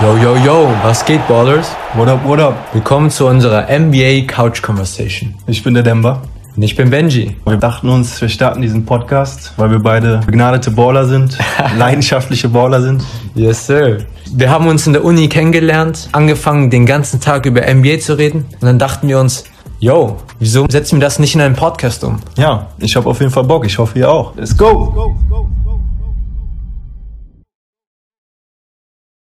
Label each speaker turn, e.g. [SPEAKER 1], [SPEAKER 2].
[SPEAKER 1] Yo, yo, yo, was geht, Ballers?
[SPEAKER 2] What up, what up?
[SPEAKER 1] Willkommen zu unserer NBA Couch Conversation.
[SPEAKER 2] Ich bin der Demba.
[SPEAKER 1] Und ich bin Benji.
[SPEAKER 2] Wir dachten uns, wir starten diesen Podcast, weil wir beide begnadete Baller sind, leidenschaftliche Baller sind.
[SPEAKER 1] Yes, sir. Wir haben uns in der Uni kennengelernt, angefangen den ganzen Tag über NBA zu reden. Und dann dachten wir uns, yo, wieso setzen wir das nicht in einen Podcast um?
[SPEAKER 2] Ja, ich habe auf jeden Fall Bock. Ich hoffe, ihr auch. Let's go! Let's go, go.